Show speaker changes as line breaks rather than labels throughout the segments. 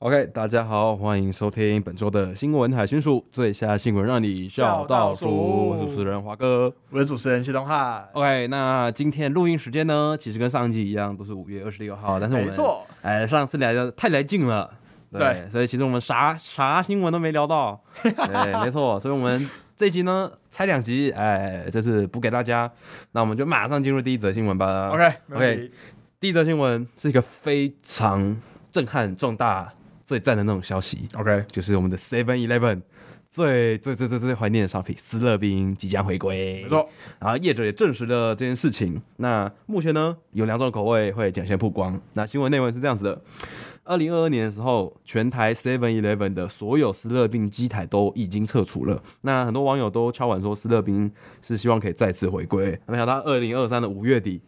OK，大家好，欢迎收听本周的新闻海巡署最下新闻，让你笑到
笑到
数。
数
我是主持人华哥。
我是主持人谢东汉。
OK，那今天录音时间呢，其实跟上一集一样，都是五月二十六号，但是我们
没错，
哎，上次来的太来劲了，
对
所以其实我们啥啥新闻都没聊 到，对，没错，所以我们这集呢拆两集，哎，这是补给大家，那我们就马上进入第一则新闻吧。
OK，没问题。
第一则新闻是一个非常震撼、重大、最赞的那种消息，
OK，
就是我们的 Seven Eleven 最最最最最怀念的商品斯乐冰即将回归，
没错。
然后业者也证实了这件事情。那目前呢，有两种口味会抢先曝光。那新闻内文是这样子的：二零二二年的时候，全台 Seven Eleven 的所有斯乐冰机台都已经撤除了。那很多网友都敲碗说，斯乐冰是希望可以再次回归。没想到二零二三的五月底。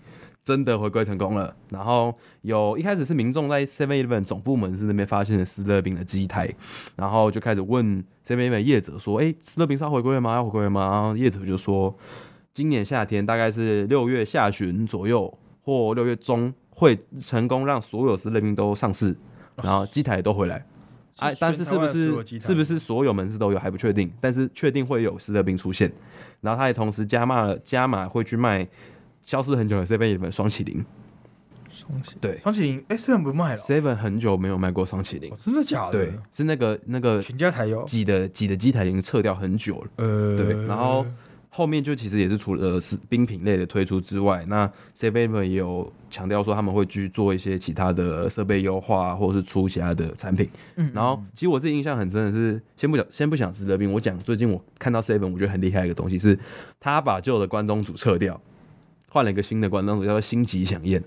真的回归成功了，然后有一开始是民众在 Seven Eleven 总部门市那边发现了斯乐冰的机台，然后就开始问 Seven Eleven 业者说：“哎、斯乐冰是要回归了吗？要回归了吗？”然后业者就说：“今年夏天大概是六月下旬左右或六月中会成功让所有斯乐冰都上市，
哦
然后机台都回来。哎，但是是不是是不是所有门市都有还不确定，但是确定会有斯乐冰出现。然后他也同时加码了加码会去卖消失很久的 Seven Eleven 双麒麟
双喜？
对
双喜林，哎，虽然不卖了，
，Seven 很久没有卖过双麒麟
哦，真的假的？
对，是那个那个
全家才有。
挤的挤的机台已经撤掉很久了。
呃，
对，然后后面就其实也是除了是冰品类的推出之外，那 Seven Eleven 也有强调说他们会去做一些其他的设备优化，或者是出其他的产品。
嗯
然后其实我自己印象很深的是，先不讲先不讲斯乐冰，我讲最近我看到 Seven 我觉得很厉害的一个东西是，他把旧的关东煮撤掉，换了一个新的关东煮叫做新吉祥宴，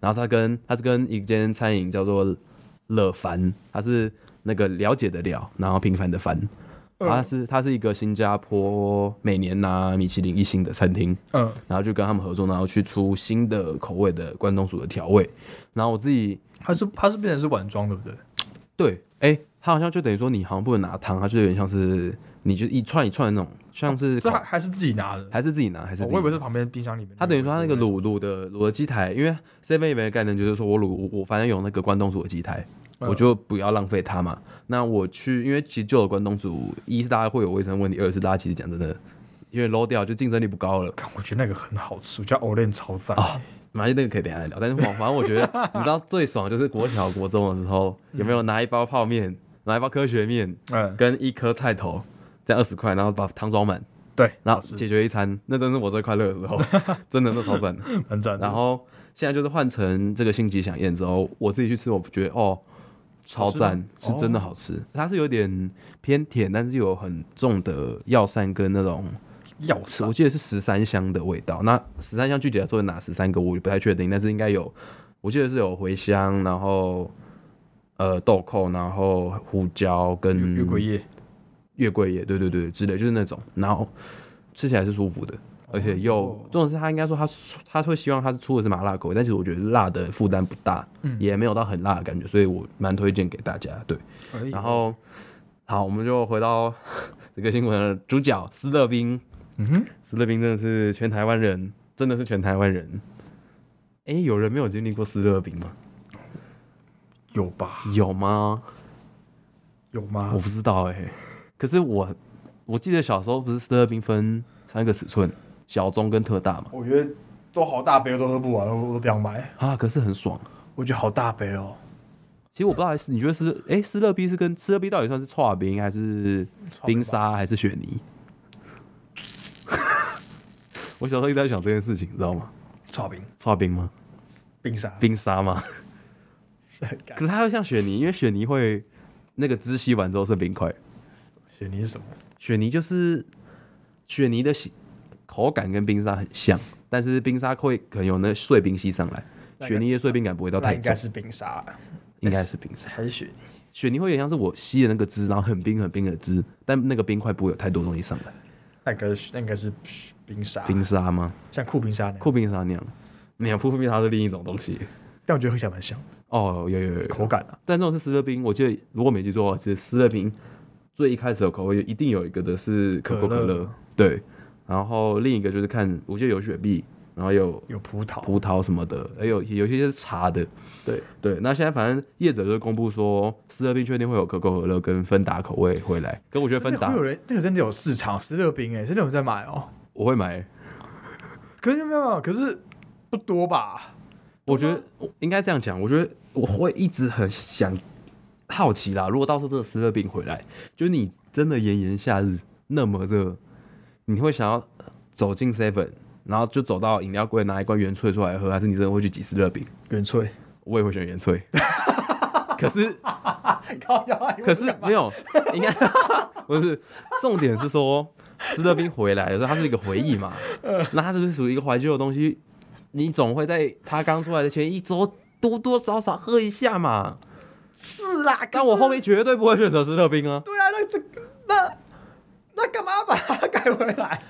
然后他跟他是跟一间餐饮叫做乐凡，他是那个了解的了，然后平凡的凡。
嗯
它是它是一个新加坡每年拿米其林一星的餐厅，
嗯，
然后就跟他们合作，然后去出新的口味的关东煮的调味。然后我自己
它是它是变成是晚装，对不对？
对，哎，它好像就等于说你好像不能拿汤，它就有点像是你就一串一串的那种，像是
哦所
烤
以还还是自己拿的。
还是自己拿还是
哦
自己
我以为
拿。
是旁边冰箱里面。
它等于说它那个卤卤的卤的鸡台，因为 Seven Eleven 的概念就是说我卤我我反正有那个关东煮的鸡台，
嗯
我就不要浪费它嘛。那我去，因为其实旧的关东煮，一是大家会有卫生问题，二是大家其实讲真的，因为 low 掉就竞争力不高了。
看，我觉得那个很好吃，我觉得 Olen 超赞。
啊，马上那个可以等一下来聊。但是反反正我觉得，你知道最爽就是国小国中的时候，有没有拿一包泡面，拿一包科学面，
嗯，
跟一颗菜头，这样二十块，然后把汤装满，
对，
然
好
后
吃
解决一餐，那真是我最快乐的时候，真的那超赞的。
很赞的。
然后现在就是换成这个星级享宴之后，我自己去吃，我觉得哦，超赞，
好吃
是
吗哦
真的好吃。它是有点偏甜，但是有很重的药膳跟那种
药
是
吃
我记得是十三香的味道。那十三香具体来说有哪十三个，我也不太确定，但是应该有，我记得是有茴香，然后呃豆蔻，然后胡椒跟
月桂叶，
月桂叶，对对对，之类就是那种，然后吃起来是舒服的，而且又
哦
这种是他应该说他他会希望他是出的是麻辣口味，但其实我觉得辣的负担不大，
嗯
也没有到很辣的感觉，所以我蛮推荐给大家。对，
哎
然后好，我们就回到 这个新闻的主角斯乐冰。
嗯哼，
斯乐冰真的是全台湾人，真的是全台湾人。哎、有人没有经历过斯乐冰吗？
有吧？
有吗？
有吗
我？不知道哎、可是我我记得小时候不是斯乐冰分三个尺寸，小、中跟特大嘛？
我觉得都好大杯，我都喝不完，我我都不想买。
啊，可是很爽。
我觉得好大杯哦，
其实我不知道，你觉得斯哎、斯乐冰是跟斯乐冰到底算是搓冰还是冰沙还是雪泥？ 我小时候一直在想这件事情，你知道吗？
刨冰
搓冰吗？
冰沙，
冰沙吗？
干
可是它又像雪泥，因为雪泥会那个支吸完之后是冰块，
雪泥是什么？
雪泥就是雪泥的形口感跟冰沙很像，但是冰沙会可能有那碎冰吸上来，
那
雪
个
泥的碎冰感不会到
那
太
应该
重，
是冰沙，
应该是冰沙。
还是雪泥？
雪泥会有点像是我吸的那个汁，然后很冰很冰的汁，但那个冰块不会有太多东西上来。
那个是那个是冰沙，
冰沙吗？
像酷冰沙那样。
酷冰沙那样，没有酷冰沙是另一种东西。
但我觉得喝起来蛮香的，
哦，有有有有
口感啊。
但这种是斯乐冰，我记得如果没记错，其实斯乐冰最一开始的口味一定有一个的是可口可
可
乐，
乐
对，然后另一个就是看，我记得有雪碧，然后有
有葡萄，
葡萄什么的，还有有些是茶的。
对，
对，那现在反正业者就公布说，斯乐冰确定会有可口可乐跟芬达口味回来。可我觉得芬
真的会
达
有人那个真的有市场，十六冰哎，真的有人在买哦。
我会买，
可是没有没有，可是不多吧？
我觉得我应该这样讲，我觉得我会一直很想好奇啦。如果到时候这个斯乐冰回来，就是你真的炎炎夏日那么热，你会想要走进 Seven，然后就走到饮料柜拿一罐原萃出来喝，还是你真的会去挤斯乐冰？
原萃，
我也会选原 萃。可是
靠腰啊
可是没有，应该 不是重点是说，斯乐冰回来的时候，它是一个回忆 嘛，那它就是属于一个怀旧的东西，你总会在它刚出来的前一周多多少少喝一下嘛。
是啦，
但我
可是
后面绝对不会选择斯乐冰啊，
对啊，那这那那干嘛把它改回来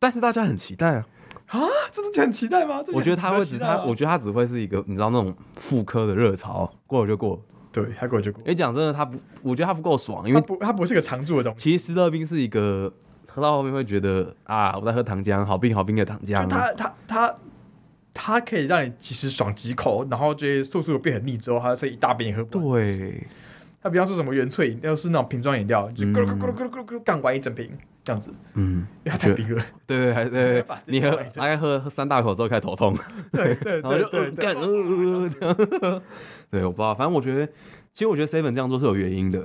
但是大家很期待啊，
啊？真的很期待吗？这 个
我觉得
很值
它会只
期
是
待
它，
吧
我觉得它只会是一个你知道啊那种妇科的热潮，过了就过了。
对他给我就过
因，为讲真的，它不，我觉得它不够爽，因
它
为
不它不是个常驻的东西，
其实斯乐冰是一个。喝到后面会觉得啊，我在喝糖浆，好冰好冰的糖浆
就。它它它它可以让你其实爽几口，然后这些速速变很腻之后，它是一大杯你喝不完。
对，
它不像是什么原萃饮料，是那种瓶装饮料，就咕噜咕噜咕噜咕噜咕噜干完一整瓶这样子，
嗯，
因为它 太冰了。
对对对对
把，自己
你喝
搞一阵
大概喝喝三大口之后开始头痛，
对对
然后
对
就
对
呃
对，
干呃呃呃这样。对，我不知道，反正我觉得，其实我觉得 Seven 这样做是有原因的，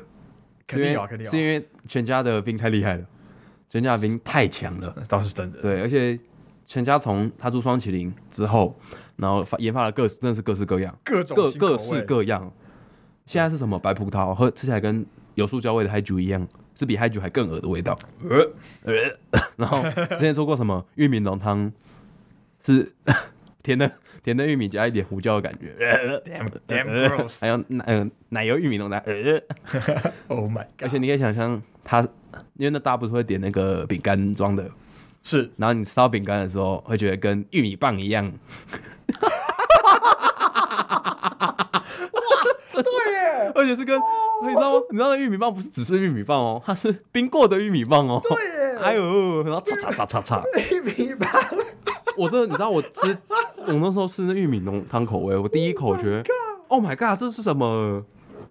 肯定有啊
是因为
肯定有啊
是因为全家的兵太厉害了，全家的兵太强了。
那倒是真的。
对，而且全家从他出双麒麟之后，然后发研发了各式，真的是各式各样，
各种
各
新口
各
味
式各样。现在是什么白葡萄，喝吃起来跟有塑胶味的海酒一样，是比海酒还更恶的味道。
呃
呃， 然后之前做过什么玉米浓汤，是 甜的甜的玉米加一点胡椒的感觉，呃
，damn damn
呃
gross，
还有奶、呃、奶油玉米浓汤，呃，
Oh my god！
而且你可以想象它，因为那大部分会点那个饼干装的，
是
然后你吃到饼干的时候，会觉得跟玉米棒一样，呃
对耶，
而且是跟、你知道吗？你知道那玉米棒不是只是玉米棒哦，它是冰过的玉米棒哦，
对 耶
哎呦，然后嚓嚓嚓嚓嚓。
一米八，
我真的，你知道我吃，我那时候吃那玉米浓汤口味，我第一口觉得，Oh my god，这是什么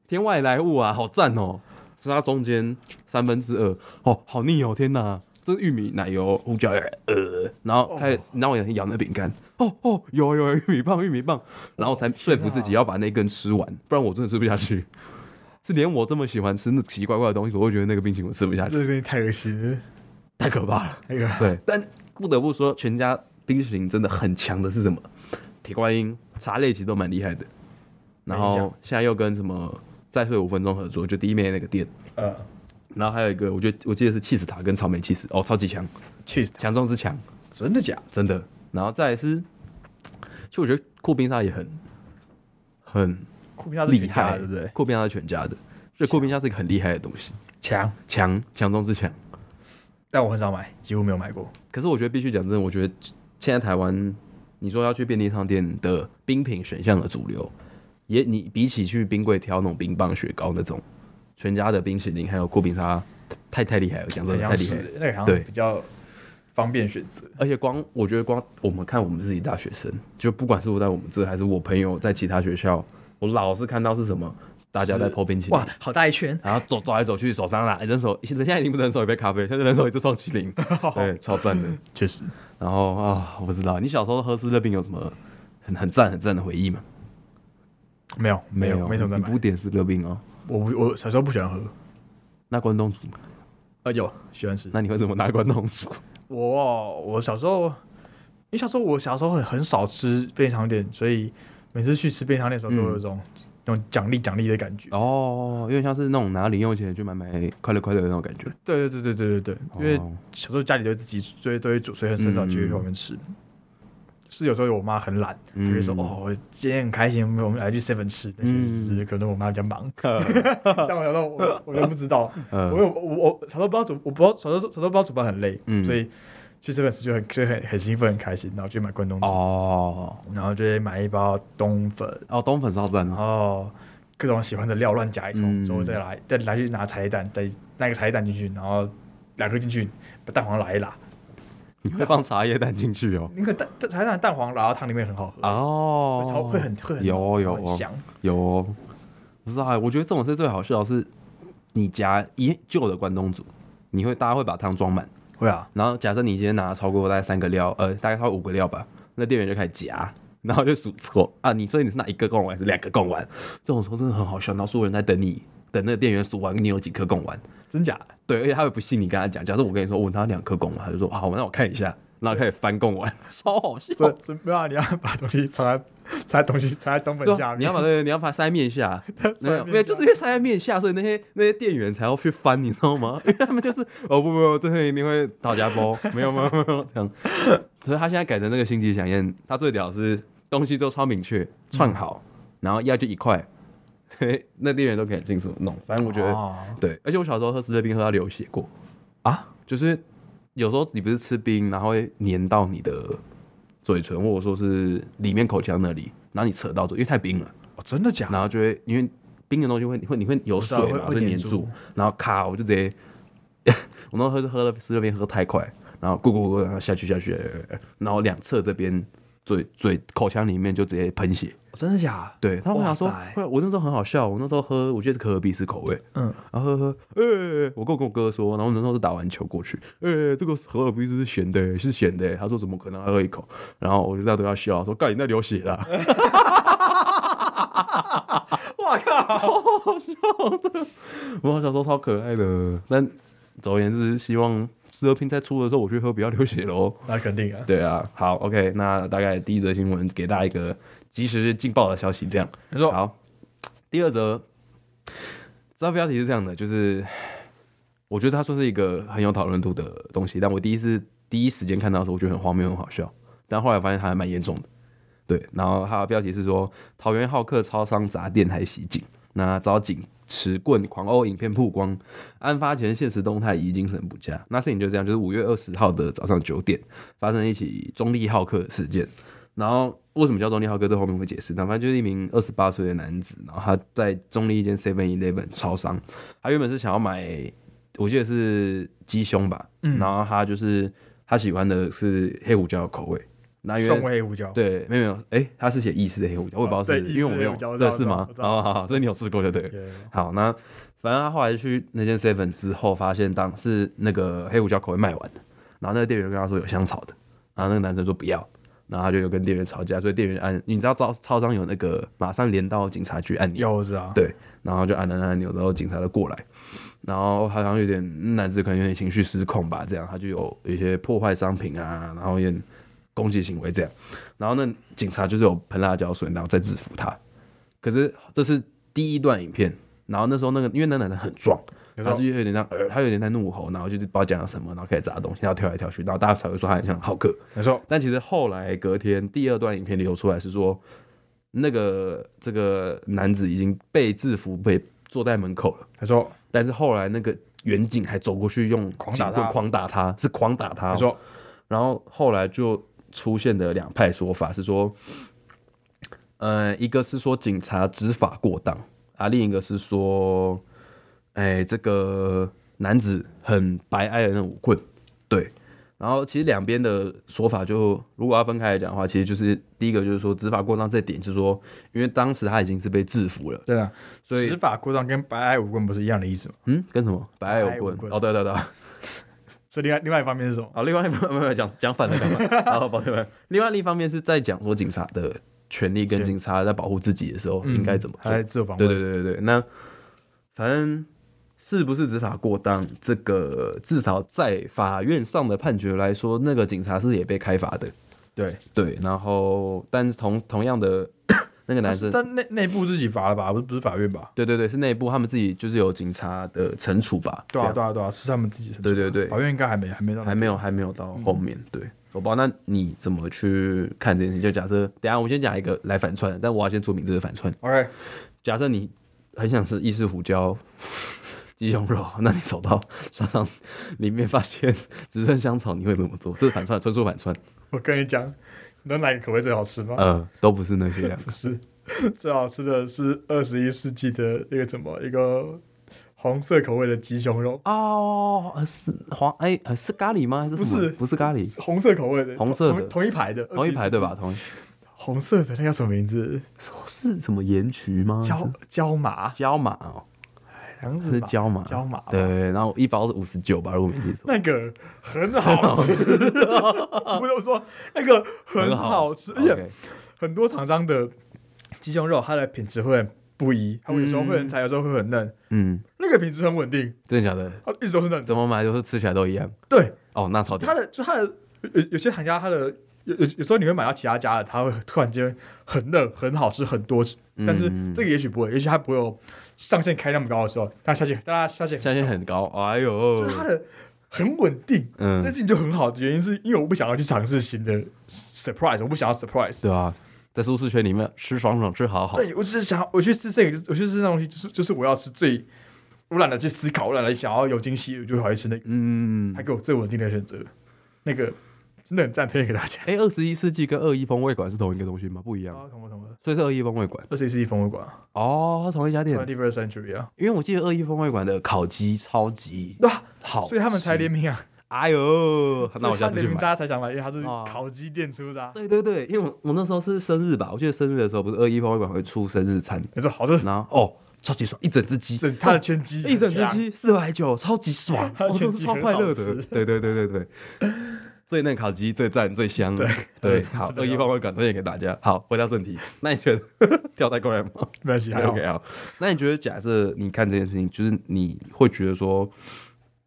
天外来物啊，好赞哦！吃它中间三分之二，哦，好腻哦，天哪！这是玉米奶油胡椒，呃，然后开始，然后我咬那饼干，哦哦，有有有玉米棒，玉米棒，然后才说服自己要把那根吃完，不然我真的吃不下去。 是连我这么喜欢吃那奇奇怪怪的东西，我会觉得那个冰淇淋我吃不下去，
这个东西太恶心了。
太可怕了。
那 个
对，但不得不说，全家冰淇淋真的很强的是什么？铁观音、茶类其实都蛮厉害的。然
没
后
错
现在又跟什么再睡五分钟合作，就第一面那个店，
呃
然后还有一个，我觉得我记得是气死塔跟草莓气死，哦，超级强，
，cheese，
强中之强，
真的假？
真的。然后再来是，其实我觉得酷冰沙也很很
酷冰沙是
厉
全
害，
家的对不对？
酷冰沙是全家的，所以酷冰沙是一个很厉害的东西，
强，
强强中之强。
但我很少买，几乎没有买过。
可是我觉得必须讲真，我觉得现在台湾，你说要去便利商店的冰品选项的主流，也你比起去冰柜挑那种冰棒、雪糕那种，全家的冰淇淋还有酷冰沙，太太厉害了，讲真
好
的太
像
厉害
是
了。
那个好
对
像比较方便选择。
而且光我觉得光我们看我们自己大学生，就不管是我在我们这还是我朋友在其他学校，我老是看到是什么，大家在
是
泡冰淇淋
哇。，好大一圈，
然后走走来走去，手上拿哎人手，人现在已经不能手一杯咖啡，现在人手一支双麒麟，对，超赞的。
确实。
然后啊、我不知道，你小时候喝斯乐冰有什么很很赞很赞的回忆吗？
没有，没有，
有，
没什么
你
在
不
买。
点斯乐冰哦。
我不，我小时候不喜欢喝。
那关东煮，
呃，有喜欢吃。
那你会怎么拿关东煮？
我哦我小时候，因为小时候我小时候很很少吃便利商店，所以每次去吃便利商店的时候，都有一种、那种奖励奖励的感觉。
哦，有点像是那种拿零用钱去买买快乐快乐的那种感觉。
对对对对对对对，因为
哦
小时候家里都自己都会都会煮，所以很少去外面吃。是有时候我妈很懒，就
嗯
会说：“哦，我今天很开心，我们来去 seven 吃。”但其实是可能我妈比 较忙，但我小时候我我都不知道，
呃
我有我我小时候不知道煮，我不知道小时候小时候不知道煮饭很累，
嗯
所以去 seven 吃就很就很很兴奋很开心，然后去买关东煮，
哦
然后就会买一包冬粉，
哦，冬粉超赞
然
哦。
后各种喜欢的料乱夹一通，
嗯
之后再来再来去拿茶叶蛋，再拿一个茶叶蛋进去，然后两个进去，把蛋黄拉一拉，
你会放茶叶蛋进去哦？
那个蛋蛋茶叶蛋蛋黄拉到汤里面很好喝，
哦
会，超会很会很
有有
很香。
有哦，不知道欸，我觉得这种是最好笑的是，你夹一旧的关东煮，你会大家会把汤装满，
会啊，
然后假设你今天拿超过大概三个料，呃，大概超过五个料吧，那店员就开始夹。然后就数错啊！你所以你是拿一个贡丸还是两个贡丸？这种时候真的很好笑，然后所有人在等你，等那个店员数完你有几颗贡丸。
真假？
对，而且他会不信你跟他讲。假设我跟你说，我问他两颗贡丸，他就说哦好，那我看一下，然后开始翻贡丸，超好笑。
这这没有啊，你要把东西藏在藏在东西藏在东
对
本
啊
下面，
你要把那个你要把它塞在面下， 没有
面
没有，
下
就是因为塞在面下，所以那些那些店员才要去翻，你知道吗？ 因为他们就是哦不不，不这些一定会讨价包，没有没有没有这样。所以他现在改成那个星级飨宴，他最屌是东西都超明确，串好，然后要就一块，所以那店员都可以进去弄。反正我觉得、
哦
对，而且我小时候喝斯乐冰喝到流血过，
啊，
就是有时候你不是吃冰，然后会粘到你的嘴唇，或者说是里面口腔那里，然后你扯到嘴，因为太冰了。
哦真的假的？
然后就会因为冰的东西会会你会有水
我知
嘛，
道
会
会会
黏
黏
住
住，
然后咔，我就直接， 我那时候喝喝了四六边喝太快，然后咕咕咕，然后下去下去，然后两侧这边嘴嘴口腔里面就直接喷血。
哦真的假？
对，他们想说
哇塞，
后来我那时候很好笑，我那时候喝我记得是可尔必斯口味，
嗯，
然后喝喝，呃、我跟我跟我哥说，然后我那时候是打完球过去，呃、这个可尔必斯是咸的，是咸的，他说怎么可能，他喝一口，然后我就在对他笑，说干你那流血 了。
我 靠！
我小时候超可爱的，但总而言之，希望四合拼在出的时候我去喝，不要流血喽。
那肯定啊。
对啊，好，OK，那大概第一则新闻给大家一个及时劲爆的消息，这样。
你说
好，第二则，这标题是这样的，就是我觉得它算是一个很有讨论度的东西，但我第一次第一时间看到的时候，我觉得很荒谬，很好笑，但后来发现它还蛮严重的。对，然后它的标题是说桃园好客超商砸店还袭警，那遭警持棍狂殴影片曝光，案发前现实动态已精神不佳。那事情就这样，就是五月二十号的早上九点发生了一起中立好客的事件。然后为什么叫中立浩哥？这后面会解释。但反正就是一名二十八岁的男子，然后他在中立一间 Seven Eleven 超商，他原本是想要买，我记得是鸡胸吧，然后他就是他喜欢的是黑胡椒的口味。那啊因为
送味胡椒，
对，没有没有，哎、他是写意式的黑胡椒，我也不知道
哦
是，
对
因为我没
意式黑胡椒
有，
我知道
这是吗
我？知道
好好好，所以你有吃过就对了。
有有有
好，那反正他后来去那间 Seven 之后，发现当是那个黑胡椒口味卖完的，然后那个店员跟他说有香草的，然后那个男生说不要，然后他就有跟店员吵架，所以店员按，你知道超超商有那个马上连到警察局按钮，
有我知道。
对，然后就按按按钮，然后警察就过来，然后好像有点男子可能有点情绪失控吧，这样他就有一些破坏商品啊，然后有点攻击行为这样，然后那警察就是有喷辣椒水，然后再制服他。可是这是第一段影片，然后那时候那个因为那男的很壮，
有
他
种
就有点像呃，他有点在怒吼，然后就是不知道讲了什么，然后开始砸东西，然后跳来跳去，然后大家才会说他很像浩克。
你说
但其实后来隔天第二段影片流出来是说，那个这个男子已经被制服，被坐在门口了。
你说
但是后来那个远景还走过去用
狂打
警棍
他
狂打他，是狂打他哦、
你说
然后后来就出现了两派说法，是说，呃，一个是说警察执法过当啊，另一个是说，哎，这个男子很白挨了那五棍，对。然后其实两边的说法就，如果要分开来讲的话，其实就是第一个就是说执法过当这点，是说，因为当时他已经是被制服了，
对啊，
所以
执法过当跟白爱无棍不是一样的意思吗？
嗯，跟什么白挨
白挨
有
五
棍？
棍
哦，对对对，
所以另外另外一方面是什么？
好，啊另外一方没有没有讲讲反了，讲反了。 好，抱歉，抱歉。另外一方面是在讲说警察的权利跟
是
警察在保护自己的时候应该怎么
还
做。
在自我防卫？
对对对对对。那反正是不是执法过当，这个至少在法院上的判决来说，那个警察是也被开罚的。
对
对，然后但是同同样的 那个男生，
但内内部自己罚了吧？不是不是法院吧？
对对对，是内部他们自己就是有警察的惩处吧？
对
这
啊
样
对啊对啊，是他们自己的。
对对对
法院应该还没还没到那
还
边。
没有，还没有到后面。对，我不知道。那你怎么去看这件事？就假设，等一下我先讲一个来反串，但我要先说明这是反串。
OK，
假设你很想吃意式胡椒鸡胸肉，那你走到商场里面发现只剩香草，你会怎么做？这是反串，纯属反串。
我跟你讲，你知道哪个口味最好吃 吗？
呃，都不是那些两个。
不是，最好吃的是二十一世纪的那个怎么一个黄色口味的鸡胸肉，
哦，呃是黄哎、呃是咖喱吗？还是
不
什么
是
不是咖喱，
红色口味的，
红色的
同同一排的，
同一排对吧？
21世纪？
同一
红色的那叫什么名字？
哦是什么盐焗吗？
椒椒麻，
椒麻哦，
杨
嗯
子
是
麻
椒麻
椒麻吧
对，然后一包是五十九吧，如果没记错。
那个很好吃，不 是我说那个很好吃，而且
OK
很多厂商的鸡胸肉它的品质会很不一，它有时候会很柴，有时候会很嫩，
嗯，
那个品质很稳定，
真的假的？
它一直都是嫩的。
怎么买都是吃起来都一样。
对，
哦，那超屌
它的就它的有有有些厂家它的。有有有时候你会买到其他家的，它会突然间很嫩、很好吃、很多吃，但是
嗯
这个也许不会，也许它不会有上限开那么高的时候，但下限但它下限
下限很高，哎呦
就，是它的很稳定，
嗯
这，事情就很好的原因是因为我不想要去尝试新的 surprise，我不想要 surprise。
对啊，在舒适圈里面吃爽爽，吃好好。
对，我只是想要我去吃这个，我去吃这种东西，就是就是我要吃最，我懒得去思考，我懒得想要有惊喜，我就跑去吃那个，
嗯
还，给我最稳定的选择，那个真的很赞，推荐给大家。
哎，二十一世纪跟二一风味馆是同一个东西吗？不一样，
啊，同不同不？
所以是二一风味馆。
二十一世纪风味馆
哦，它同一家店，
，Twenty First Century 啊，
因为我记得二一风味馆的烤鸡超级
对啊，
好吃，
所以他们才联名啊，
哎呦，那我
所以
下
他
次去
联名
买
大。家才想买，因为它是
哦
烤鸡店出的、啊，
对对对，因为我我那时候是生日吧，我记得生日的时候不是二一风味馆会出生日餐，
没错，好吃，
然后哦，超级爽，一整只鸡，
整它的全 鸡，
一整只，鸡四百九，超级 爽，
它
我
的
真
全
是
鸡
超
很
快
好
乐的
吃。
对对对对对，最嫩烤鸡最赞最香。对 对，
真的
好
真，的
二一
很
风味馆推荐给大家。好，回到正题，那你觉 得跳太过来吗
没关系，还好
？OK 好，那你觉得假设你看这件事情，就是你会觉得说，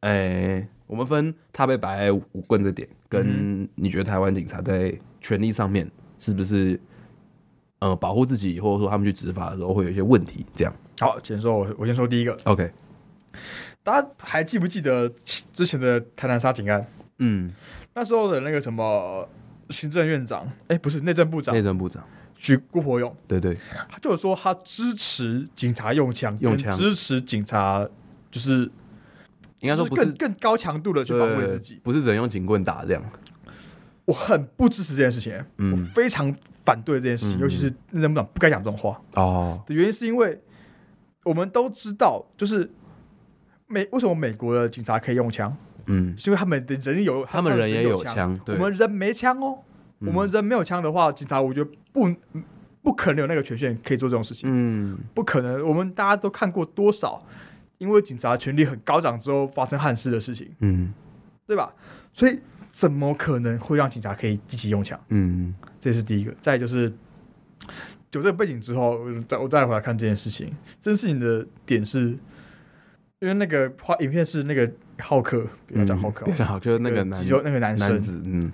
哎、我们分他被白五棍这点，跟
嗯
你觉得台湾警察在权力上面是不是？呃，保护自己，或者说他们去执法的时候会有一些问题，这样。
好，先说我我先说第一个，
OK，
大家还记不记得之前的台南杀警案？
嗯，
那时候的那个什么行政院长，哎、不是内政部长
内政部长，
许郭伯勇，
对对，
他就是说他支持警察用枪，
用枪
跟支持警察就是
应该说
就是
不
更
是
更高强度的去防卫自己
对。不是人用警棍打这样。
我很不支持这件事情，
嗯
我非常反对这件事情，
嗯
尤其是内政部长不该讲这种话
哦，
的原因，是因为我们都知道，就是美为什么美国的警察可以用枪，
嗯，
是因为他们的人有，
他们人也
有
有枪，
我
对，
们人没枪哦。
嗯
我们人没有枪的话，警察我觉得不不可能有那个权限可以做这种事情，
嗯
不可能。我们大家都看过多少因为警察权力很高涨之后发生憾事的事情，
嗯
对吧？所以怎么可能会让警察可以积极用枪？
嗯
这是第一个。再就是有这个背景之后，我再我再回来看这件事情，这件事情的点是。因为那个画影片是那个浩克，不要讲浩克
比，较好，就是那个男
肌肉那个男
男
生，
子，嗯，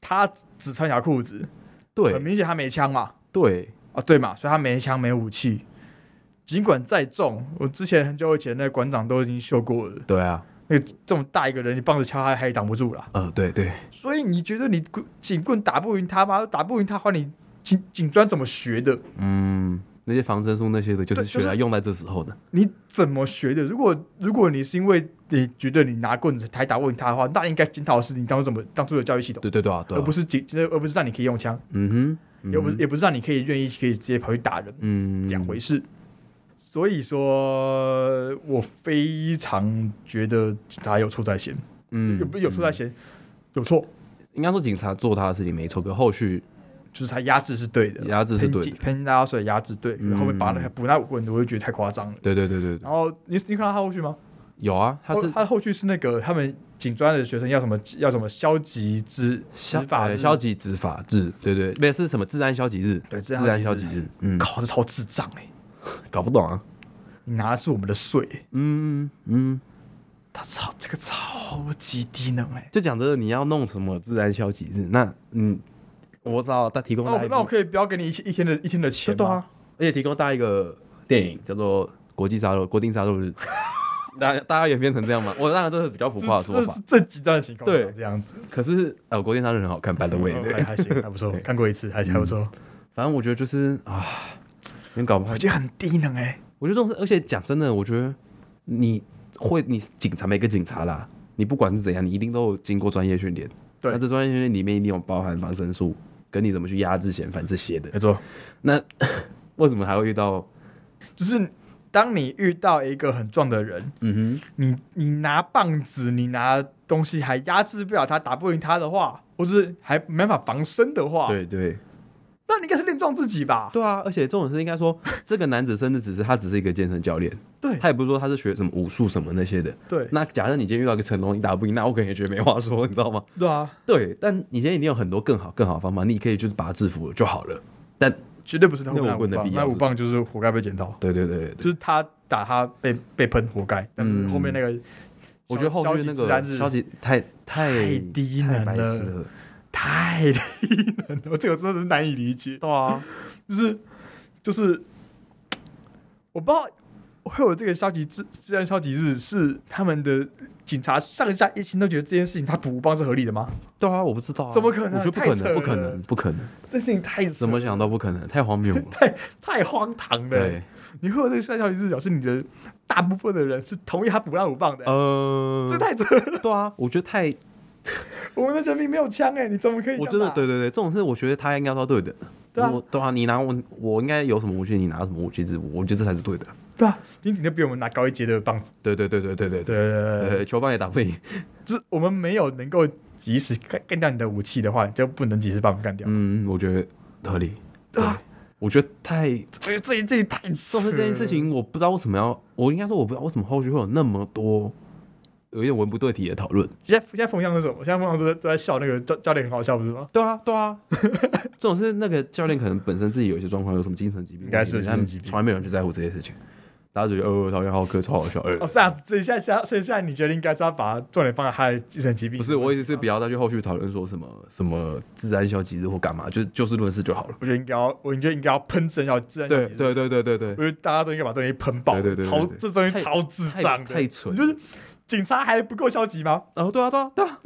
他只穿条裤子，很
对
明显他没枪嘛，
对，
啊，对嘛，所以他没枪没武器，尽管再重，我之前很久以前那个馆长都已经秀过了，
对啊，
那个这么大一个人，你棒子敲他他也挡不住啦。
呃，对对，
所以你觉得你棍警棍打不赢他吗？打不赢他，还你警警专怎么学的？
嗯，那些防身术那些的，就是
对就
学
是
来用在这时候的，
你怎么学的？如果如果你是因为你觉得你拿棍子还打不赢他的话，那应该检讨的是你当初怎么当初的教育系统，
对对对啊，对
而
啊
不，是警，而不是让你可以用枪，
嗯哼，
也不是
嗯
也不是让你可以愿意可以直接跑去打人。
嗯
两回事。所以说，我非常觉得警察有错在先，
嗯
有不有错在先，有错
应该说警察做他的事情没错，可后续
就是他压制是对的，
压制是对的
喷喷拉水压制对，
嗯
后面把那个补那五棍，我就觉得太夸张了。
对对对对，对
然后你你看到他后续吗？
有啊，他
后
是
他的后续是那个他们警专的学生要什么要什么消极执执法
呃
日
消极执法日，对对，那是什么治安消极日？
对
治
治
安
安
消
消
极
极
日，嗯，
靠，这超智障哎、欸！
搞不懂啊，
你拿的是我们的税、
嗯嗯，
他超这个超级低能哎、
就讲着你要弄什么治安消极日，那嗯，我知道他提供
那
大
我
一
那我
个，
可以不要给你一一天的一天的钱吗？
对啊，而且提供大一个电影叫做《国际杀戮国定杀戮日》， 大大家演变成这样吗？我当然这是比较浮夸的
这
说
这
法
是，最极端的情况，
对
这样子，
可是呃，国定杀戮日很好看，by the way，
还
对，
还行，还不 错
对，
看过一次，还还不错，
反正我觉得就是啊，有点搞不好
嗯我。觉得很低能哎，
我觉得这种事，而且讲真的，我觉得你会，你警察每个警察啦，你不管是怎样，你一定都有经过专业训练。
对
那这专业训练里面一定有包含防身术，跟你怎么去压制嫌犯这些的。
没错，
那为什么还会遇到？
就是。当你遇到一个很壮的人，
嗯哼，
你你拿棒子，你拿东西还压制不了他，打不赢他的话，或是还没办法防身的话，
对对
那你应该是练壮自己吧？
对啊！而且重点是应该说，这个男子甚至只是他只是一个健身教练，
对
他也不是说他是学什么武术什么那些的。
对
那假设你今天遇到一个成龙，你打不赢，那我可能也觉得没话说，你知道 吗？
对啊，
对，但你今天一定有很多更好更好的方法，你可以就是把他制服了就好了。但
绝对不是他
那
拿
我
五
问的
棒，
必要
那
是
五棒就是活该被检讨，
对对对对对
就是他打他被被喷活该，但是后面那个消，
我觉得后
消
续
极
那
自然
个
是
消极太太
太低
太
能
白痴
了
了，
太低能了，这个真的是难以理解。
对啊，
就是就是，我不知道会有这个消极自自然消极日是他们的警察上下一心都觉得这件事情他补棒是合理的吗？
对啊，我不知道啊，
怎么可
我
能
觉得不
太
可
扯
能，不可
了
能，不可能，
这事情太扯
怎么想都不可能，太荒谬了。
太荒唐了
对。，
你会有这个自然消极日，表示你的大部分的人是同意他补棒五棒的、
呃，
这太扯了！
对啊，我觉得太，
我们的人民没有枪哎、你怎么可以这样
我
打？
真的对对对，这种事我觉得他应该要对的。
对啊
我对啊，你拿我，我应该有什么武器，你拿什么武器制服，我觉得这才是对的。
对啊，仅仅就比我们拿高一阶的棒子。
对对对对对对对，
对对
呃，球棒也打不赢，
这我们没有能够及时干干掉你的武器的话，你就不能及时把我们干掉。
嗯，我觉得合理。
对啊，
我觉得太
所以这这太扯
重视
了
这件事，情，我不知道为什么要，我应该说我不知道为什么后续会有那么多有一点文不对题的讨论。
现在现在风向是什么？现在风向都在都在笑那个教教练很好笑，不是吗？
对啊，对啊， 这种是那个教练可能本身自己有一些状况，有什么精神疾病，
应该是有精
他
神
们
疾病
从来没有人去在乎这些事情。大家觉得呃，讨厌浩克超好笑，呃，
哦，是啊，这下下剩下你决定应该是要把重点放在他的精神疾病。
不是，我意思是不要再去后续讨论说什么什么自然消极日或干嘛，就是就事论事就好了。
我觉得应该要，我觉得应该要喷正要自然
对
疾病
对对对对对
我，觉得大家都应该把这东西喷爆。
对对对对
超
对
这东西
太
超智障的，
太太蠢
你就是警察还不够消极吗？
哦对啊对啊对 啊，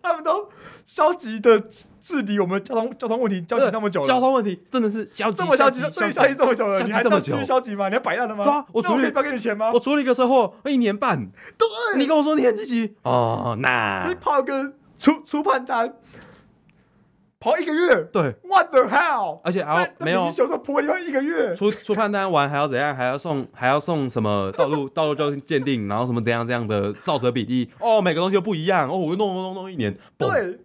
他们都消极的治理我们交通交通问题，消极那么久了，
交通问题真的是消极
这么消极，
消
对，消极这么久了，
消极
你还
这么
继续
久
消极吗？你要摆烂了吗？
对啊我
那
处
我可
理
以不要给你钱吗
我？出了一个车祸，一年半，
对，
你跟我说你很积极哦，那
你跑个初初判单，跑一个月
对，
，What the hell？
而且还要
在
没有
在小时候破地方一个月，
出出判单完还要怎样？还要送还要送什么道路 道路交通鉴定，然后什么怎样怎样的造者比例哦，每个东西都不一样哦，我又弄弄弄弄一年，嘣，
对，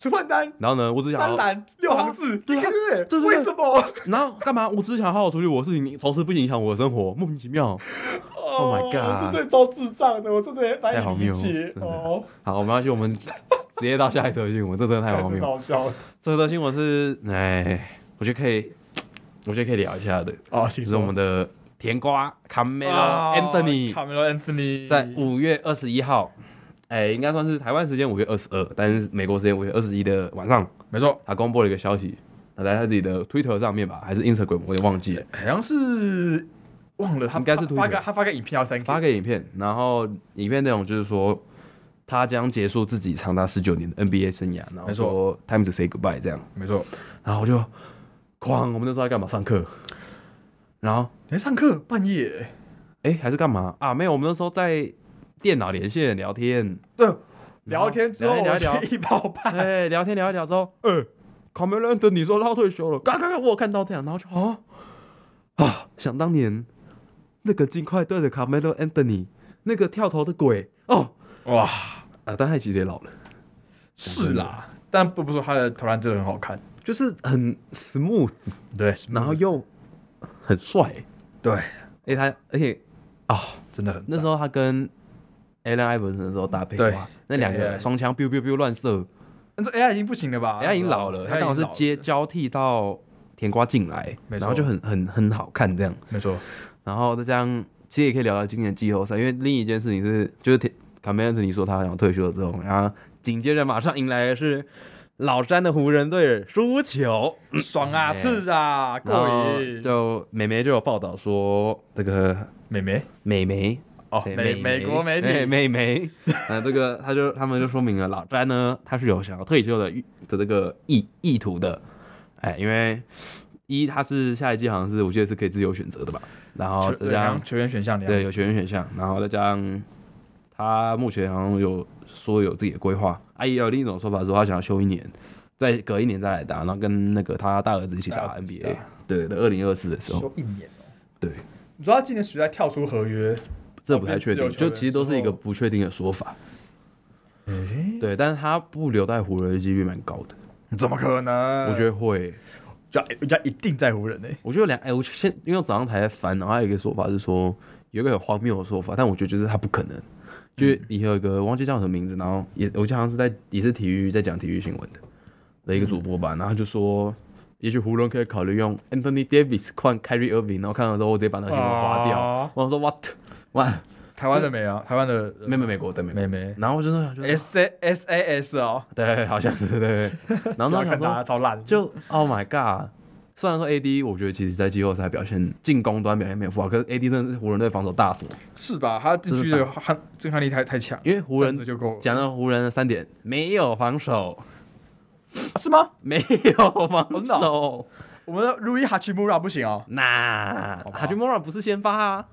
初判单
然后呢，我只想
三
要，
栏六行字，
啊对
一
啊
个月
对对，对
为什么
然后干嘛？我只想好好处理我的事情，你同时不影响我的生活，莫名其妙。
？Oh
my god
这最超智障的，我真的
太
难
荒
以理
谬
解
真的
哦，
好，没关系，我们直接到下一则新闻，这真的太
太
荒
真的
谬。
好笑了。
这则新闻是，哎，我觉得可以，我觉得可以聊一下的，
啊，其
就是我们的甜瓜卡梅拉
啊
Anthony。
Carmelo Anthony
在五月二十一号，哎、应该算是台湾时间五月二十二，但是美国时间五月二十一的晚上，
没错，
他公布了一个消息，那在他自己的 Twitter 上面吧，还是 Instagram，我有点忘记了，
好像是忘了他
应该是
发发
Twitter
个他发个影片要三 K，
发给影片，然后影片内容就是说。他将结束自己长达十九年的 NBA 生涯，然后
没错
说 time to say goodbye 这样，
没错。
然后我就哐，我们那时候在干嘛？上课，然后
你在上课半夜？
哎、还是干嘛啊？没有，我们那时候在电脑连线聊天，
对，聊天之后
聊一聊
我去一包 半，
哎，聊天聊一聊之后，呃，卡梅伦等你说他退休了，刚刚我有看到这样，然后就啊啊，想当年那个金块队的卡梅伦安德尼，那个跳投的鬼哦
哇，
啊，但他其实也老了，
是啦，但不不说他的投篮真的很好看，
就是很 smooth，
对，
然后又很帅，
对，
而且他而且嗯啊，
真的很
那时候他跟 Allen Iverson 的时候搭配
对
哇，那两个
对
人双枪 biu biu biu 乱射，
那时候 AI 已经不行了吧
人家已经老了，他刚好是接，交替到甜瓜进来，
没错
然后就很很很好看这样。
没错，
然后再加上，其实也可以聊聊今年的季后赛，因为另一件事情是，就是铁卡梅伦尼说他想退休了之后，然后紧接着马上迎来的是老詹的湖人队输球，
爽啊，
哎
是啊，
然后
过瘾。
就美媒就有报道说，这个
美眉
美媒。
哦，
对
美美国媒
哎
体，
美媒，啊，这个他就他们就说明了老詹呢，他是有想要退休的意的这个意意图的，哎，因为一他是下一季好像是我记得是可以自由选择的吧，然后
球
再
对
加
好
上
像球员选项的样
对
子
有球员选项，然后再加上他目前好像有说有自己的规划，啊，也有另一种说法说他想要休一年，再隔一年再来打，然后跟那个他大儿子一起
大
打
儿子一起
NBA，对的，二零二四的时候，
休一年哦，
对，
你说他今年暑假跳出合约，
这不太确定，
变自由球
就
员
其实都是一
之
个
后
不确定的说法。
诶
对，但是他不留在湖人的几率蛮高的，
怎么可能？
我觉得会。
得人家一定在乎人呢、欸
我觉得两哎，我现因为我早上才烦，然后还有一个说法是说有一个很荒谬的说法，但我觉得就是他不可能。
嗯
就是以前有一个忘记叫什么名字，然后也我记得好像是在也是体育在讲体育新闻的的一个主播吧，
嗯
然后他就说，也许湖人可以考虑用 Anthony Davis 换 Kyrie Irving，然后看到之后我直接把那个新闻划掉。
啊
我想说 What What
台湾的没啊，台湾的
美美美国的美国，
没没
然后我就说就
S A S A S 哦，
对，好像是对对。对然后啊我
不要
想
看他
说，
超烂，
就 Oh my God！虽然说 AD，我觉得其实在季后赛表现进攻端表现没有不好，可是 AD 真的是湖人队防守大佛，
是吧？他禁区
这是
的撼震撼力太太强，
因为湖
这样子
人
就够了
讲到湖人的三点没有防守，
啊是吗？
没有防
哦真的
守，
我们的 Rui Hachimura 不行哦，
那
好吧
哈吉莫拉不是先发啊，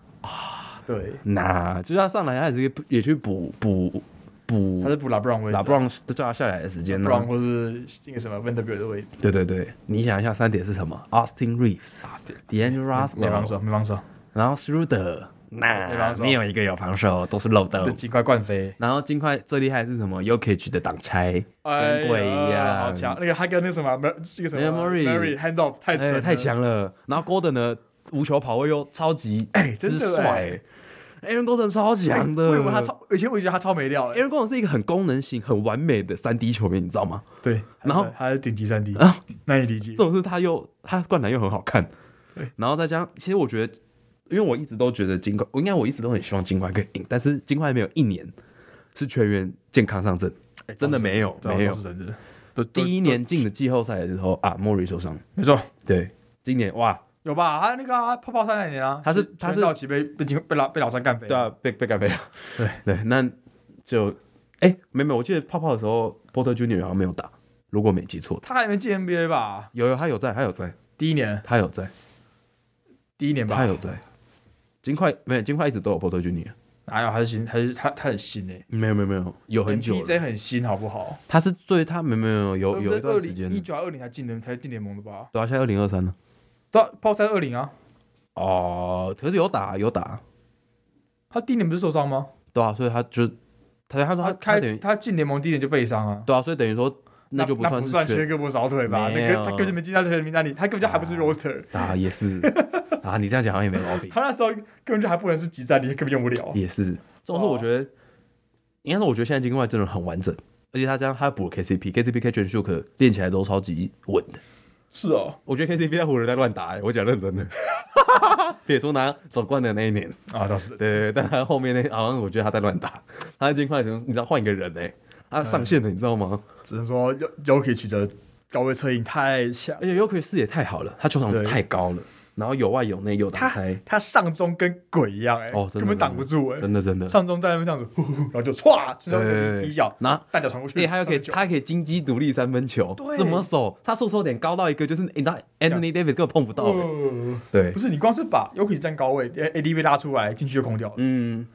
对，
那就算上来他也是也去补补补
他是补拉布朗位置，啊
拉布朗叫他下来的时间
布
呢。
朗或是那个什么 Vanderbilt 的位置，
对对对，你想一下三点是什么？Austin Reeves、D'Angelo
啊没防
Russell，
守，没防守，
然后 Schroeder，
没
那
防守
没有一个有防守，都是漏
被
洞。
尽快灌飞，
然后金块最厉害的是什么 y o k i c 的挡拆，
哎
跟鬼一
呀
样，
好强！那个他跟那个什么，这个什
没有
么
Murray
hand off 太神
哎
了
太，强了。然后 Golden 的无球跑位又超级
哎真
之
的
帅，Aaron Golden 超强的。
我以为他超，以前我以为他超没料的，
Aaron Golden 是一个很功能型、很完美的三 D 球员，你知道吗？
对，
然后
他是顶级三 D，
啊，
难以理解
这，种是他又他灌篮又很好看
对，
然后再加上，其实我觉得，因为我一直都觉得金块，我应该我一直都很希望金块可以赢，但是金块没有一年是全员健康上阵，
哎
真的没有
这种
没有
这种是真的，都
第一年进的季后赛的时候啊，莫里受伤，
没错。
对，今年哇，
有吧？他那个啊，泡泡三那年啊，
他是
全
他是
全道奇被被金被老被老三干飞，
对啊，被被干飞了，
对
对，那就哎、没没，我记得泡泡的时候，Porter Junior 好像没有打，如果没记错，
他还没进 NBA 吧？
有有他有在，他有在，
第一年，
他有在，
第一年吧
他，有在，金块没有金块一直都有 Porter Junior，
哪哎有？还是新，还是他他很新欸诶、
没有没有没有，有很久了
PJ 很新，好不好？
他是最他没有没有有有一段时间
一，九二零才进的，才进联盟的吧？
对啊，现在二零二三了。
对啊，泡泡三二零啊，
哦，可是有打有打，
他第一年不是受伤吗？
对啊，所以他就他他说
他
他他
啊开
等于
他进联盟第一年就背伤啊，
对啊，所以等于说那就
不
算是
算
全
缺胳膊少腿吧？
没
那
有
个他根本就没进到全名单里，他根本就还不是
啊
roster，
啊，也 是啊，你这样讲好像也没毛病，
他那时候根本就还不能是集战力，根本用不了。
也是。这种事我觉得，应该说我觉得现在金块阵容很完整，而且他这样他补了 KCP，KCP 跟 Jen Shuk 练起来都超级稳的。
是哦，
我觉得 KCP 在湖人在乱打、欸，我讲认真的， 撇除拿总冠的那一年，
啊，倒是
对，但他后面那好像我觉得他在乱打，他金块怎么你知道换一个人哎、他上线了你知道吗？
只能说 y o k i c 的高位策应太强
而。且 y o k i 视野太好了，他球场
对
太高了，然后有外有内有挡
他
拆，
他上中跟鬼一样哎、
哦真的
根本挡不住哎、
真的真的。
上中在那边这样子，呼呼呼然后就歘，就
对，
一脚
然后
大脚传过去，
对，他又可以，
上
他还可以金鸡独立三分球，
对
怎么守？他出手点高到一个，就是你知道 Anthony Davis 根本碰不
就
到、欸。
呃
对
不，是你光是把 y o k i 站高位，AD 被拉出来，进去就空掉了，
嗯，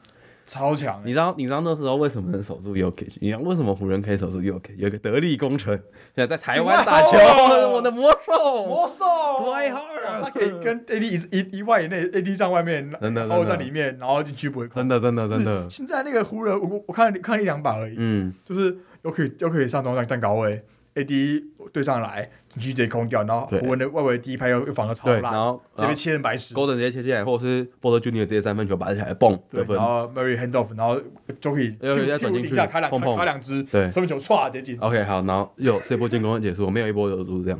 超强、
你
欸。
知道你知道那时候为什么能守住 UK？你知道为什么湖人可以守住 UK？有一个得力功臣，现在在台湾打球，
哇
我的魔兽。
魔兽
Dwight Howard
他可以跟 AD 一一一外以内，AD 站外面，
真的
然后
真的
在里面，然后禁区不会空。
真的真的真的，
现在那个湖人，我我看了看了一两把而已，
嗯，
就是又可以又可以上中站站高位，AD 对上来，你直接空掉，然后
对
湖人的外围第一拍又又防的超
对，然
烂，
后
这
然后
边切成白痴。
Golden 直接切进来，或者是 Porter Junior 直接三分球把起来，蹦
对
得，分
然。后 Murray hand off，然后就可以
又又再转进去
底下开两
碰碰
开两只，
对啊
三分球唰直接进，
OK，好，然后又这波进攻结束，没有一波有输这 样。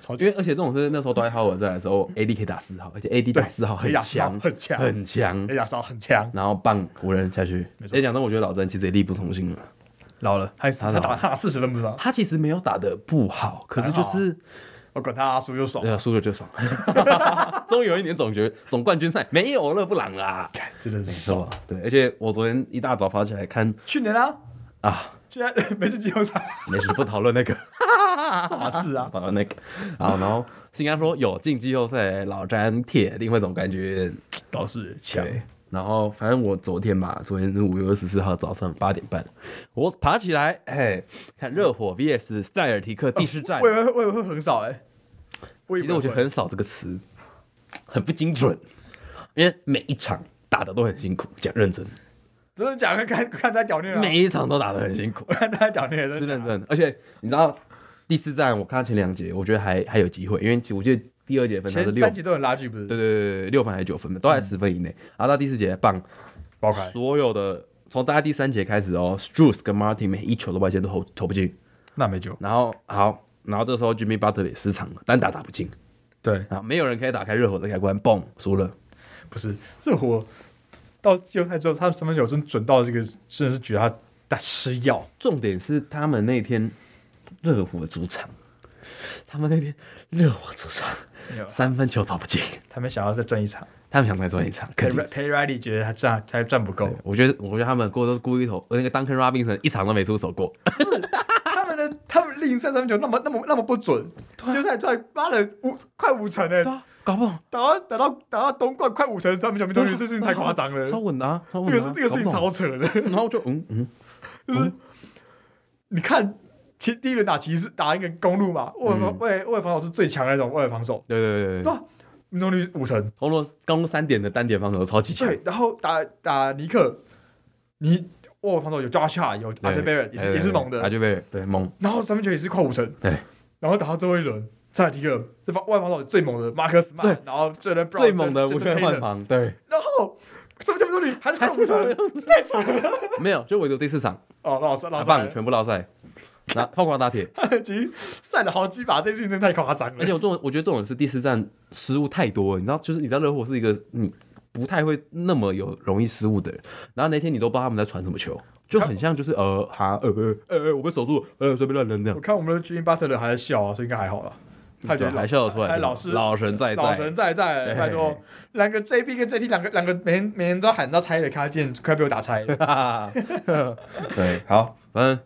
超
因
级
为而且这种是那时候 d w i g h Howard 在的时候，AD 可以打四号，而且 AD 打
对
四号很
雷亚
强，
很强，
很强
雷。亚骚很强，
然后棒湖人下去。
没错
也讲真，我觉得老詹其实也力不从心了。
老了，他他
老
打他打四十分不知道，
他其实没有打的不好，可是就是
我管他阿叔又爽，
呃输了就爽。 终于有一年总决总冠军赛没有勒布朗啦，
看真的是
是
爽。
吧？对，而且我昨天一大早爬起来看
去年啊，
啊，
现在每次季后赛
没事，不讨论 那个，
傻子啊，
讨论那个。好，然后新安说有进季后赛，老詹铁定会总冠军。
倒是强，
对，然后反正我昨天吧，昨天是五月二十四号早上八点半，我爬起来，嘿，看热火 VS 塞尔提克第四战
我。以为我以为会很少哎，
其实我觉得很少这个词，很不精准，因因为每一场打的都很辛苦，讲认真，
真的假的？看看他屌虐啊！
每一场都打的很辛苦，
我看他屌虐，啊
是
真的
认
假的。
真的。而且你知道第四站，我看到前两节，我觉得还还有机会，因为其实我记得第二节分他是
前
六
三，集都很拉锯，不是？
对对对对，六分还是九分，都在十分以内。然后到第四节棒，
爆开。
所有的从大概第三节开始哦，Strus 跟 Martin 每一球的外线都投投不进，
那没救。
然后好，然后这时候 Jimmy Butler 也失常了，单打打不进，
对，
啊，没有人可以打开热火的开关，嘣，输了。
不是热火到季后赛之后，他们三分球真准到这个，真的是觉得他在吃药。
重点是他们那天热火主场，他们那天热火主场
没有
三分球投不进，
他们想要再赚一场。
他们想再赚一场，肯
Pay
定。
Riley 觉得他赚他赚不够，
我觉得，我觉得他们过都是故意投，那个 Duncan Robinson 一场都没出手过。
他们的他们另一赛三分球那么那么那么不准，季后赛突然妈的五快五成哎，
啊，搞不好
打到打到打到东冠快五成三分球命中啊率，这事情太夸张了。
超稳的啊，超稳
这个
的、
是
啊。
这个事情
搞不好
超扯的，
然后就嗯嗯，
就是你看，其第一轮打骑士打一个公路嘛，外围防外围外围防守是最强的那种外围防守，
对对嗯对对
对
对，
啊，命中率五成，
红罗刚三点的单点防守超级强，
对，然后打打尼克，你沃尔防守有 Josh h 有 a
对
j b a r r e 也是也是猛的
阿，就被对猛，
然后三分球也是快五成，
对，
然后打到最后一轮，再来一个这防外防守最猛的 Marcus
对
Smart，然后最能
最猛的无
就是
限换防，对，
然后三分球命中率还是快
还是
五成，太扯了。
没有，就唯独第四场，
哦，老师老
打
师
棒
来
全部落赛，那疯狂打铁，
了，其实散了好几把，这件事情真的太夸张
而
了
且。我这种，我觉得这种是第四站失误太多了，你知道，就是你知道热火是一个你不太会那么有容易失误的人，然后那天你都不知道他们在传什么球，就很像就是呃哈呃呃呃呃我被守住，呃随便乱扔这
我
样，
看我们的 Jimmy Butler 还在笑啊，所以应该还好了。他觉
对啊
得
还笑得出来，
哎老师
老神在
老
在
神，在在，
对
拜托，两个 JB 跟 JT 两个两个每天每天都要喊到拆的，看他今天快被我打拆 了。
哈哈哈对，好，反正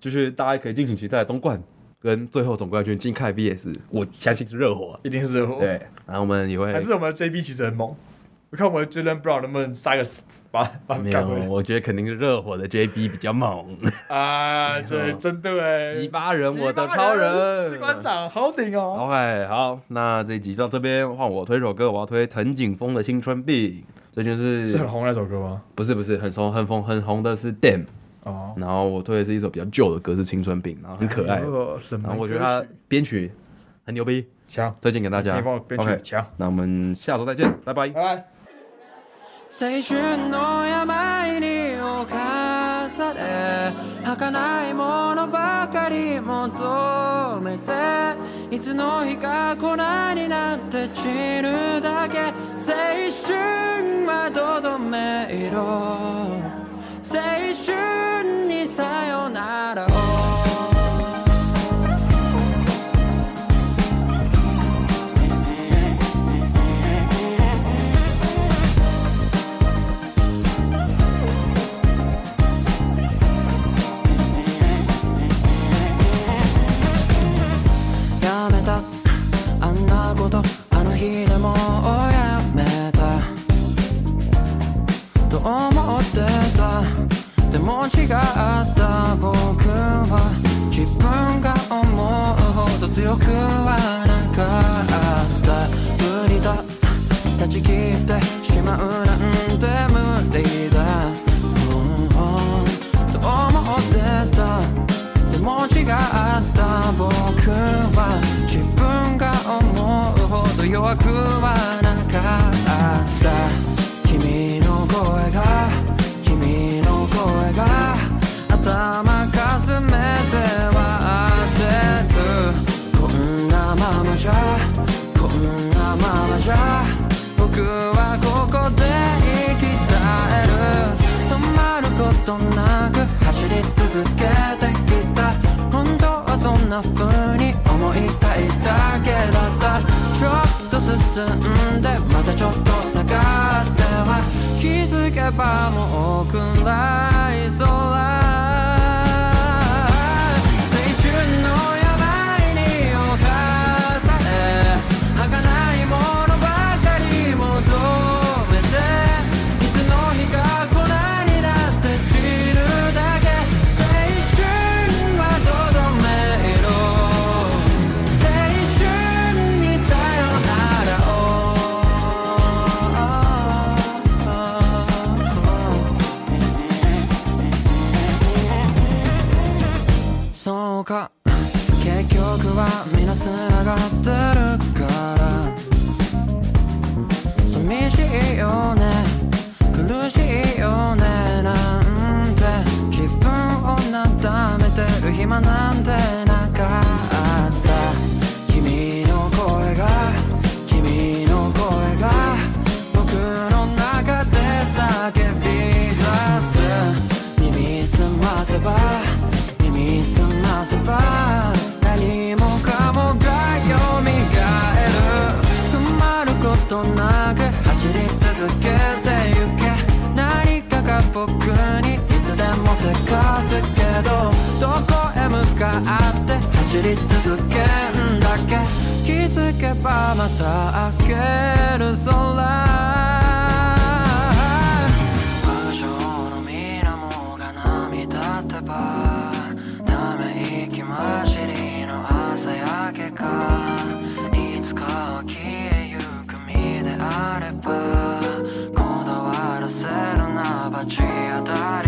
就是大家可以敬请期待东冠跟最后总冠军金凯 VS，我相信是热火啊，
一定是热火。
对，然后我们也会
还是我们的 JB 其实很猛。我看我们的 Jalen Brown 能不能杀个死把把他
没有
们干回，来
我觉得肯定是热火的 JB 比较猛。
啊！这真的哎，
吉巴人，
吉巴
我的超人，
士官长好顶哦。
OK，好，那这一集到这边，换我推首歌，我要推藤井风的《青春病》，这就是
是很红那首歌吗？
不是不是很红很红很红的是 Damn，
哦，
然后我推的是一首比较旧的歌，是《青春病》，然后很嗯可爱，
哦冷
然后
门
我觉
哎
得
歌
它
曲
编曲很牛逼，
强，
推荐给大家。
天方编曲
OK，
强。
那我们下周再见，拜拜。
拜拜。
青春の病に侵され儚いものばかり求めていつの日か粉になって散るだけ青春はとどめ色青春にさよならをやめたあんなことあの日でもうやめたと思ってたでも違った僕は自分が思うほど強くはなかった無理だ断ち切ってしまうなんて無理だ、うんと思ってたでも違った僕は自分が思うほど弱くはなかった君の声が君の声が頭かすめては焦るこんなままじゃこんなままじゃ僕はここで生き絶える止まることなく走り続けてきた本当はそんな風に思いたいだけだったちょっと進んでまたちょっと下がっては気づけばもう暗い空青春の病に侵され儚いものばかり求めていつの日か粉になって散るだけ青春はとどめ色青春にさよならをか結局は皆つながってるから寂しいよね苦しいよねなんて自分をなだめてる暇なんてなかった君の声が君の声が僕の中で叫び出す耳澄ませば耳澄ませば何もかもが蘇る止まることなく走り続けてゆけ何かが僕にいつでもせかすけどどこへ向かって走り続けんだけ気づけばまた明ける空無情の水面が涙ってばため息混じりの朝焼けがいつかは消えゆく身であればこだわらせるな罰当たり